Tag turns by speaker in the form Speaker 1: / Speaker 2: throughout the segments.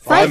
Speaker 1: Five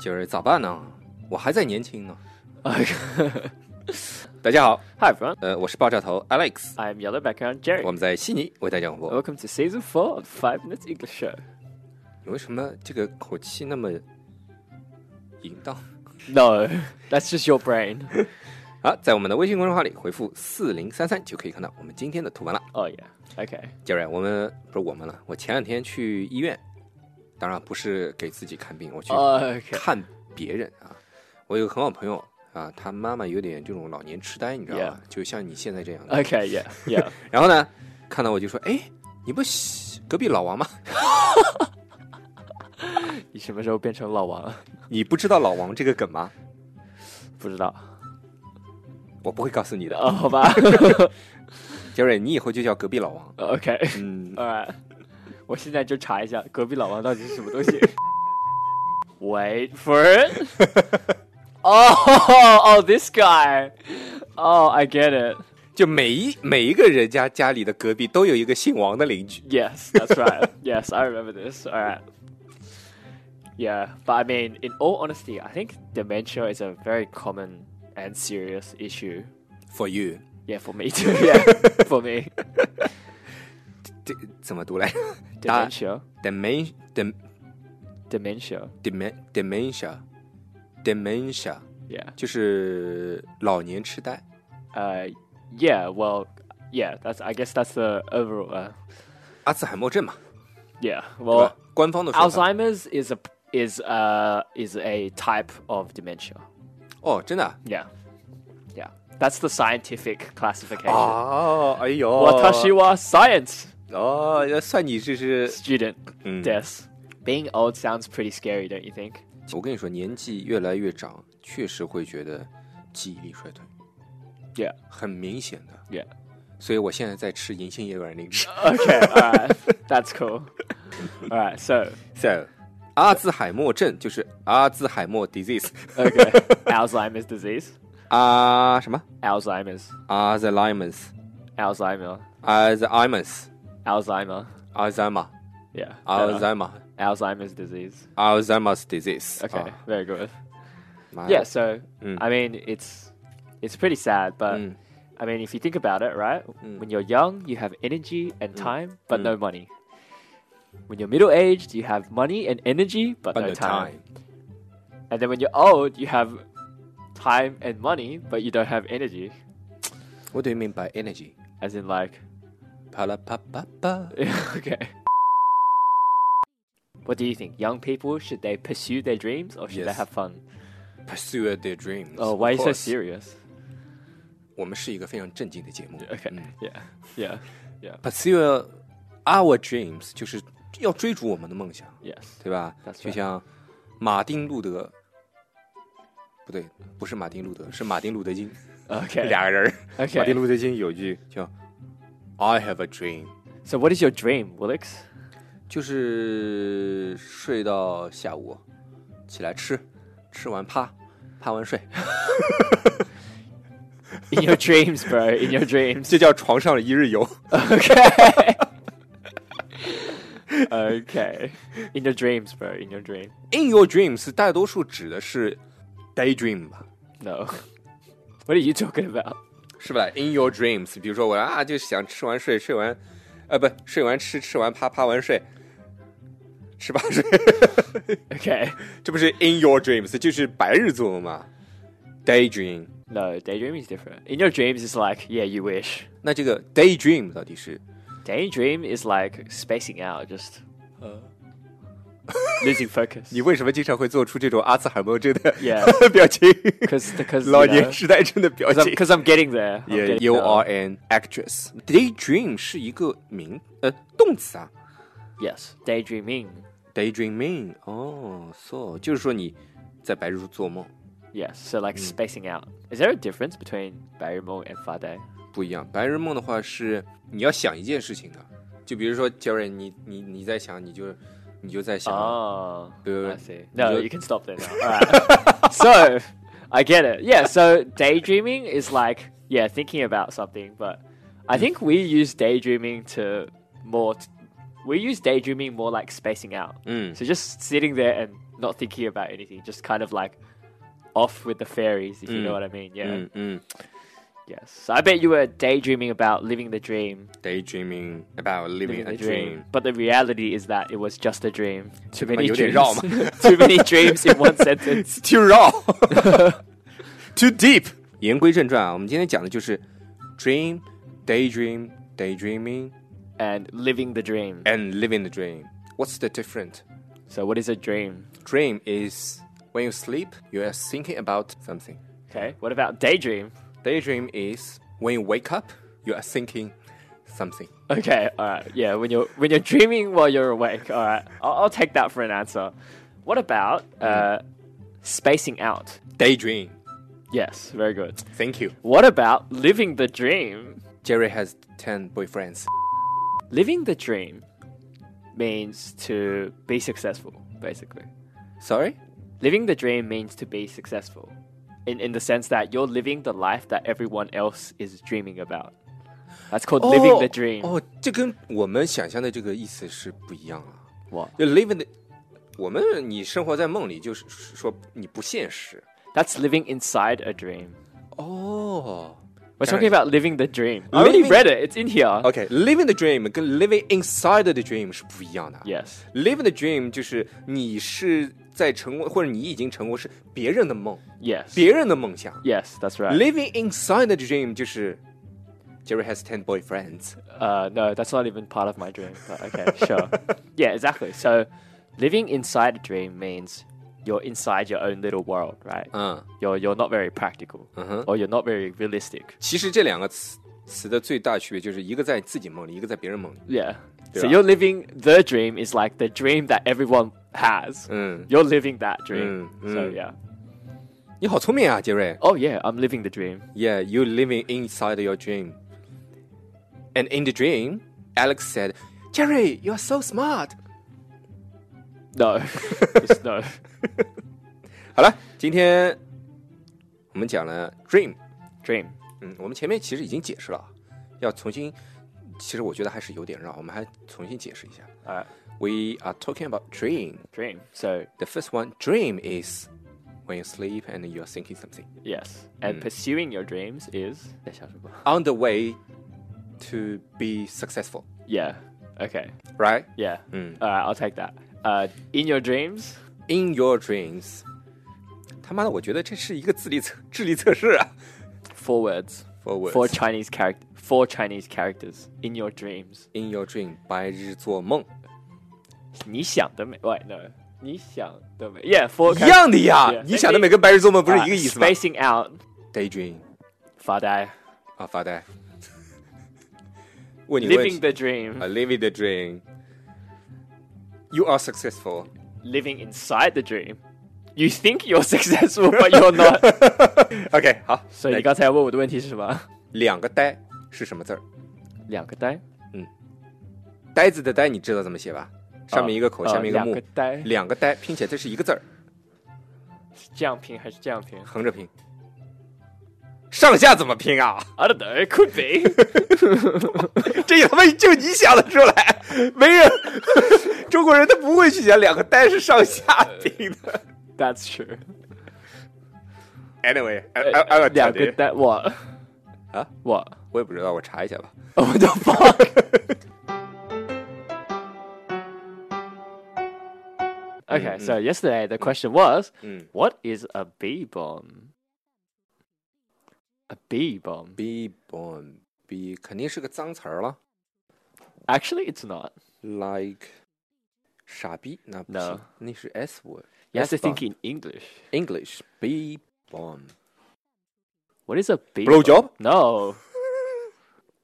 Speaker 2: 今儿咋办呢？我还在年轻呢。
Speaker 3: 哎呀
Speaker 2: 大家好，
Speaker 3: Hi everyone,
Speaker 2: 呃，我是爆炸头 Alex，
Speaker 3: I'm Yellow Background Jerry.
Speaker 2: 我们在悉尼为大家广播。
Speaker 3: Welcome to season four of the Five Minutes English Show.
Speaker 2: 你为什么这个口气那么淫荡？
Speaker 3: No, that's just your brain.
Speaker 2: 好，在我们的微信公众号里回复四零三三就可以看到我们今天的图文了。
Speaker 3: Oh yeah. Okay.
Speaker 2: 杰瑞，我们不是我们了，我前两天去医院，当然不是给自己看病，我去
Speaker 3: 哦 Okay.
Speaker 2: 看别人啊。我有个很好朋友啊，他妈妈有点这种老年痴呆，你知道吧就像你现在这样的。
Speaker 3: Okay. Yeah. Yeah.
Speaker 2: 然后呢，看到我就说：“哎，你不喜隔壁老王吗？
Speaker 3: 你什么时候变成老王了？
Speaker 2: 你不知道老王这个梗吗？
Speaker 3: 不知道。
Speaker 2: 我不会告诉你的。
Speaker 3: 哦，好吧。
Speaker 2: 杰瑞，你以后就叫隔壁老王。
Speaker 3: Okay.
Speaker 2: 嗯，
Speaker 3: Alright. 我现在就查一下隔壁老王到底是什么东西。Wait for it. Oh, oh, this guy. Oh, I get it.
Speaker 2: 就每一每一个人家家里的隔壁都有一个姓王的邻居。
Speaker 3: Yes, that's right. yes, I remember this. All right. Yeah, but I mean, in all honesty, I think dementia is a very common and serious issue.
Speaker 2: For you，
Speaker 3: Yeah, for me too. Yeah, for me,
Speaker 2: 这怎么读来答
Speaker 3: dementia,
Speaker 2: ？Demen dem
Speaker 3: dementia.
Speaker 2: demen dementia dementia
Speaker 3: Yeah.
Speaker 2: 就是老年痴呆。
Speaker 3: Uh, yeah. Well, yeah. That's I guess that's the overall. Uh,
Speaker 2: 阿兹海默症嘛，
Speaker 3: yeah.
Speaker 2: 对
Speaker 3: Well,
Speaker 2: 吧？官方的说法
Speaker 3: Alzheimer's is a is uh is a type of dementia.
Speaker 2: 哦，真的啊
Speaker 3: Yeah. Yeah. That's the scientific
Speaker 2: Ah.
Speaker 3: classification.
Speaker 2: 哦，哎呦，
Speaker 3: Watashiwa science
Speaker 2: 哦，那算你这是
Speaker 3: student
Speaker 2: 嗯，
Speaker 3: death. Being old sounds pretty scary, don't you think?
Speaker 2: 我跟你说，年纪越来越长，确实会觉得记忆力衰退，
Speaker 3: Yeah,
Speaker 2: 很明显的。
Speaker 3: yeah.
Speaker 2: 所以我现在在吃银杏叶软磷脂。
Speaker 3: Okay, all right. That's cool. All right, so
Speaker 2: So，阿兹海默症就是阿兹海默 disease，
Speaker 3: okay, Alzheimer's disease,
Speaker 2: 啊什么
Speaker 3: Alzheimer's,
Speaker 2: Alzheimer's。
Speaker 3: Alzheimer,
Speaker 2: Alzheimer's,
Speaker 3: Alzheimer.
Speaker 2: Alzheimer,
Speaker 3: Yeah, better.
Speaker 2: Alzheimer,
Speaker 3: Alzheimer's disease.
Speaker 2: Alzheimer's disease.
Speaker 3: Okay,
Speaker 2: 啊
Speaker 3: very good.
Speaker 2: 妈的
Speaker 3: Yeah, so
Speaker 2: Mm.
Speaker 3: I mean, it's it's pretty sad, but
Speaker 2: Mm.
Speaker 3: I mean, if you think about it, right? When you're young, you have energy and time, but no money. When you're middle aged, you have money and energy, but,
Speaker 2: But
Speaker 3: no
Speaker 2: no
Speaker 3: time.
Speaker 2: time.
Speaker 3: And then when you're old, you have time and money, but you don't have energy.
Speaker 2: What do you mean by energy?
Speaker 3: As in, like,
Speaker 2: Pa la pa pa pa.
Speaker 3: okay. What do you think? Young people should they pursue their dreams or should they
Speaker 2: Yes.
Speaker 3: have fun?
Speaker 2: Pursue their dreams.
Speaker 3: Oh,
Speaker 2: of
Speaker 3: why are you so
Speaker 2: course.
Speaker 3: serious?
Speaker 2: 我们是一个非常正经的节目。
Speaker 3: Okay,
Speaker 2: 嗯
Speaker 3: yeah, yeah,
Speaker 2: Pursue our dreams 就是要追逐我们的梦想，
Speaker 3: yes.
Speaker 2: 对吧
Speaker 3: That's right.
Speaker 2: 就像马丁路德，不对，不是马丁路德，是马丁路德金。
Speaker 3: Okay,
Speaker 2: 俩个人儿，马丁
Speaker 3: okay.
Speaker 2: 路德金有一句叫 "I have a dream"。
Speaker 3: So, what is your dream, Willix?
Speaker 2: 就是睡到下午，起来吃，吃完趴，趴完睡，
Speaker 3: In your dreams, bro. In your dreams.
Speaker 2: 这叫床上一日游。
Speaker 3: Okay. okay. In your dreams, bro. In your dream.
Speaker 2: In your dreams，大多数指的是 daydream 吧，
Speaker 3: No. What are you talking about?
Speaker 2: 是吧？In your dreams，比如说我啊，就想吃完睡，睡完，呃，不，睡完吃，吃完趴，趴完睡，吃吧睡，
Speaker 3: Okay.
Speaker 2: 这不是 in your dreams，就是白日做梦嘛，daydream。
Speaker 3: No, daydream is different. In your dreams is like, yeah, you wish.
Speaker 2: 那这个 daydream 到底是
Speaker 3: Daydream is like spacing out, just uh, losing focus.
Speaker 2: 你为什么经常会做出这种阿兹海默症的
Speaker 3: Yeah.
Speaker 2: 表情？
Speaker 3: Because because
Speaker 2: 老年痴呆症的表情。
Speaker 3: because I'm getting there. I'm
Speaker 2: Yeah,
Speaker 3: getting
Speaker 2: you
Speaker 3: there.
Speaker 2: are an actress. Daydream 是一个名呃动词啊
Speaker 3: yes daydreaming.
Speaker 2: daydreaming，哦，so 就是说你在白日做梦，
Speaker 3: Yes, so
Speaker 2: Mm.
Speaker 3: like spacing out. Is there a difference between Barrymore and Fade?
Speaker 2: 不一样。白日梦的话是你要想一件事情的，就比如说杰瑞，你你你在想，你就你就在想，
Speaker 3: Oh,
Speaker 2: Dude,
Speaker 3: I see. No,
Speaker 2: you-
Speaker 3: you can stop there now. Alright. so, I get it. Yeah, so daydreaming is like, yeah, thinking about something, but I think we use daydreaming to more, t- we use daydreaming more like spacing out.
Speaker 2: 嗯
Speaker 3: So just sitting there and not thinking about anything, just kind of like off with the fairies, if you
Speaker 2: Mm.
Speaker 3: know what I mean. Yeah.
Speaker 2: 嗯嗯
Speaker 3: Yes. So I bet you were daydreaming about living the dream
Speaker 2: ，daydreaming about living a dream。
Speaker 3: But the reality is that it was just a dream. Too many
Speaker 2: 有点
Speaker 3: dreams.
Speaker 2: 绕嘛。
Speaker 3: Too many dreams in one sentence.
Speaker 2: too raw, too deep。言归正传啊，我们今天讲的就是 dream, daydream, daydreaming
Speaker 3: And living the dream.
Speaker 2: and living the dream. What's the different?
Speaker 3: So what is a dream?
Speaker 2: Dream is when you sleep, you are thinking about something.
Speaker 3: Okay. What about daydream?
Speaker 2: Daydream is when you wake up, you are thinking something.
Speaker 3: Okay. All right. Yeah. When you're when you're dreaming while you're awake. All right. I'll, I'll take that for an answer. What about uh, spacing out?
Speaker 2: Daydream.
Speaker 3: Yes. Very good.
Speaker 2: Thank you.
Speaker 3: What about living the dream?
Speaker 2: Jerry has ten boyfriends.
Speaker 3: Living the dream means to be successful, basically.
Speaker 2: Sorry?
Speaker 3: Living the dream means to be successful. In, in the sense that you're living the life that everyone else is dreaming about. That's called living
Speaker 2: Oh,
Speaker 3: the dream.
Speaker 2: 哦，这跟我们想象的这个意思是不一样啊。
Speaker 3: What?
Speaker 2: 就 living the，我们你生活在梦里，就是说你不现实。
Speaker 3: That's living inside a dream.
Speaker 2: 哦、
Speaker 3: We're
Speaker 2: Sorry.
Speaker 3: talking about living the dream. I already
Speaker 2: Living-
Speaker 3: read it. It's in here.
Speaker 2: o k l i v i n g the dream 跟 living inside the dream 是不一样的。
Speaker 3: Yes.
Speaker 2: Living the dream 就是你是在成功，或者你已经成功，是别人的梦，
Speaker 3: Yes.
Speaker 2: 别人的梦想。
Speaker 3: Yes, that's right.
Speaker 2: Living inside the dream 就是 Jerry has ten boyfriends。
Speaker 3: Uh, no, that's not even part of my dream. But okay, sure. Yeah, exactly. So, living inside a dream means you're inside your own little world, right?
Speaker 2: 嗯
Speaker 3: You're you're not very practical,
Speaker 2: 嗯哼，
Speaker 3: or you're not very realistic.
Speaker 2: 其实这两个词词的最大区别就是一个在自己梦里，一个在别人梦里。
Speaker 3: Yeah. So
Speaker 2: Yeah.
Speaker 3: you're living the dream is like the dream that everyone has.
Speaker 2: 嗯，
Speaker 3: You're living that dream.
Speaker 2: Mm,
Speaker 3: So
Speaker 2: mm.
Speaker 3: yeah.
Speaker 2: 你好聪明啊，杰瑞。
Speaker 3: Oh yeah, I'm living the dream.
Speaker 2: Yeah, you living inside your dream. And in the dream, Alex said, Jerry, you're so smart.
Speaker 3: No, Just no.
Speaker 2: 好了，今天我们讲了 dream。
Speaker 3: Dream.
Speaker 2: 嗯，我们前面其实已经解释了，啊要重新。其实我觉得还是有点绕，我们还重新解释一下。
Speaker 3: Uh,
Speaker 2: We are talking about dream.
Speaker 3: dream. So
Speaker 2: The first one, dream is when you sleep and you're thinking something.
Speaker 3: yes,
Speaker 2: Mm.
Speaker 3: and pursuing your dreams is
Speaker 2: On the way to be successful,
Speaker 3: yeah. Okay.
Speaker 2: right?
Speaker 3: Yeah.
Speaker 2: Mm.
Speaker 3: All right, I'll take that. Uh, in your dreams.
Speaker 2: In your dreams. 他妈的，我觉得这是一个智力测智力测试啊。
Speaker 3: Four words.
Speaker 2: For words.
Speaker 3: Four Chinese character. Four Chinese characters in your dreams.
Speaker 2: In your dream，白日做梦，
Speaker 3: 你想的美- Wait, no. 你想的美- Yeah, four
Speaker 2: 一样的呀
Speaker 3: Yeah.。
Speaker 2: 你想的美跟白日做梦不是一个意思吗
Speaker 3: Spacing out.
Speaker 2: ？Daydream
Speaker 3: 发呆
Speaker 2: 啊，发呆。 问你问题
Speaker 3: ，living the dream,
Speaker 2: 啊，living the dream。You are successful.
Speaker 3: living inside the dream. You think you're successful, but you're not.
Speaker 2: OK，好。
Speaker 3: 所以
Speaker 2: 来
Speaker 3: 你刚才要问我的问题是什么？
Speaker 2: 两个呆是什么字儿？
Speaker 3: 两个呆，
Speaker 2: 呆子的呆，你知道怎么写吧？上面一个口，
Speaker 3: 呃
Speaker 2: 下面一个
Speaker 3: 两
Speaker 2: 木
Speaker 3: 个，呆，
Speaker 2: 两个呆拼起来，这是一个字儿，
Speaker 3: 是这样拼还是这样拼
Speaker 2: 横着拼。上下怎么拼啊？
Speaker 3: ？I don't know. It could be.
Speaker 2: 这他妈就你想得出来， 没人。中国人他不会去想两个呆是上下拼 的。
Speaker 3: That's true.
Speaker 2: Anyway，I I I
Speaker 3: 哎 两个呆，what？
Speaker 2: 啊
Speaker 3: ，what？
Speaker 2: 我也不知道，我查一下吧。
Speaker 3: What the fuck？Okay, so yesterday the question was,
Speaker 2: 嗯
Speaker 3: what is a B bomb? A B bomb.
Speaker 2: ，be born be 肯定是个脏词儿了
Speaker 3: Actually, it's not.
Speaker 2: ，like 傻逼那不行
Speaker 3: No，
Speaker 2: 那是 S word。
Speaker 3: You have to
Speaker 2: S bomb
Speaker 3: think in English.
Speaker 2: English be born
Speaker 3: What is a B?
Speaker 2: blow
Speaker 3: bomb?
Speaker 2: job。
Speaker 3: No.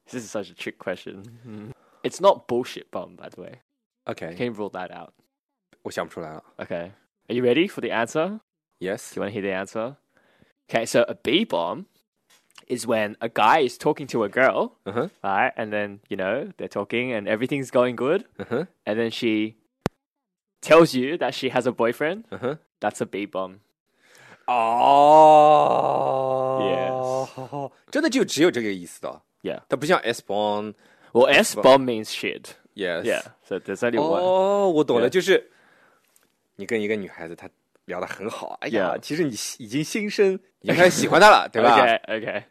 Speaker 3: this is such a trick question. It's not bullshit bomb, by the way.
Speaker 2: OK，
Speaker 3: Can you rule that out?
Speaker 2: 我想不出来了。
Speaker 3: Okay. Are you ready for the answer? Do
Speaker 2: Yes.
Speaker 3: you want to hear the answer? Okay, so a B bomb is when a guy is talking to a girl,
Speaker 2: Uh huh.
Speaker 3: right? And then, you know, they're talking and everything's going good.
Speaker 2: Uh huh.
Speaker 3: And then she tells you that she has a boyfriend.
Speaker 2: Uh huh.
Speaker 3: That's a B bomb.
Speaker 2: 哦，真的就只有这个意思的。
Speaker 3: Yeah.
Speaker 2: 它不像 S bomb。
Speaker 3: Well, S bomb means shit.
Speaker 2: Yes.
Speaker 3: Yeah. So there's only one.
Speaker 2: 哦，我懂了，
Speaker 3: Yeah.
Speaker 2: 就是你跟一个女孩子，她聊得很好，哎呀
Speaker 3: Yeah.
Speaker 2: 其实你已经心 生，已经开始喜欢她了，对吧
Speaker 3: Okay, okay.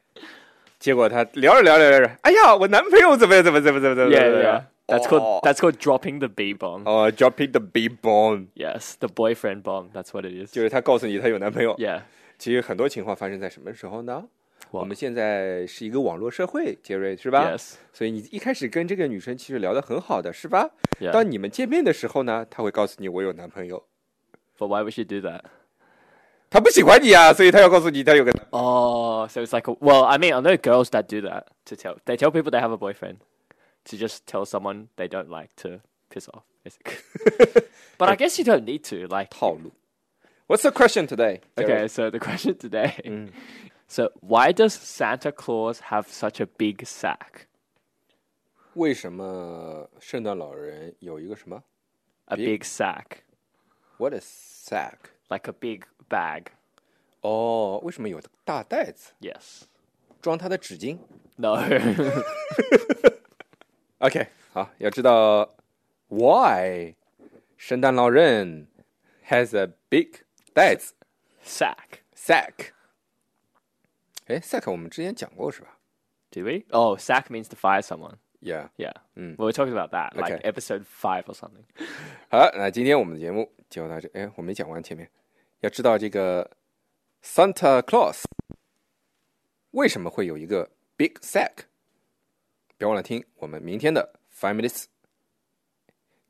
Speaker 2: 结果她聊着聊着聊着，哎呀，我男朋友怎么样怎么怎么怎么怎么
Speaker 3: Yeah,
Speaker 2: 怎么
Speaker 3: yeah.
Speaker 2: 样
Speaker 3: That's
Speaker 2: 哦
Speaker 3: called that's called dropping the B bomb.
Speaker 2: 哦，dropping the B bomb，
Speaker 3: Yes, the boyfriend bomb. That's what it is.
Speaker 2: 就是她告诉你她有男朋友。
Speaker 3: Yeah.
Speaker 2: 其实很多情况发生在什么时候呢？
Speaker 3: What?
Speaker 2: 我们现在是一个网络社会，杰瑞是吧
Speaker 3: Yes.
Speaker 2: 所以你一开始跟这个女生其实聊得很好的是吧
Speaker 3: Yeah.
Speaker 2: 当你们见面的时候呢，她会告诉你我有男朋友，
Speaker 3: But why would she do that?
Speaker 2: 她不喜欢你啊，所以她要告诉你她有个男
Speaker 3: Oh, so it's like, a, well, I mean, I know girls that do that to tell. They tell people they have a boyfriend to just tell someone they don't like to piss off, basically. but I guess you don't need to. Like,
Speaker 2: 套路。What's the question today?
Speaker 3: okay, so the question today.
Speaker 2: Mm.
Speaker 3: So, why does Santa Claus have such a big sack?
Speaker 2: 为什么圣诞老人有一个什么
Speaker 3: A
Speaker 2: Big-
Speaker 3: big, sack,
Speaker 2: What a sack？
Speaker 3: like a big bag.
Speaker 2: 哦，为什么有大袋子
Speaker 3: Yes.
Speaker 2: 装他的纸巾
Speaker 3: No.
Speaker 2: ？OK，好，要知道 why 圣诞老人 has a big 袋子
Speaker 3: sack.
Speaker 2: sack。哎，sack 我们之前讲过是吧
Speaker 3: Do we? Oh, sack means to fire someone.
Speaker 2: ？Yeah。
Speaker 3: Yeah. Well, we're talking about that, like
Speaker 2: Mm. Okay.
Speaker 3: episode five or something.
Speaker 2: 好了，那今天我们的节目就到这。哎，我没讲完前面，要知道这个 Santa Claus 为什么会有一个 big sack？别忘了听我们明天的 Five Minutes。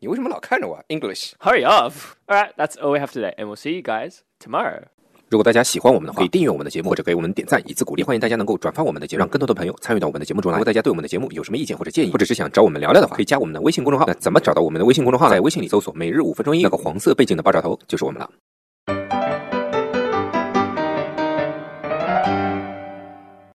Speaker 2: 你为什么老看着我啊？English。
Speaker 3: Hurry up. All right, that's all we have today, and we'll see you guys tomorrow.
Speaker 2: 如果大家喜欢我们的话，可以订阅我们的节目，或者给我们点赞以资鼓励。欢迎大家能够转发我们的节目，让更多的朋友参与到我们的节目中来。如果大家对我们的节目有什么意见或者建议，或者是想找我们聊聊的话，可以加我们的微信公众号。那怎么找到我们的微信公众号？在微信里搜索“每日五分钟英语”，那个黄色背景的爆炸头就是我们了。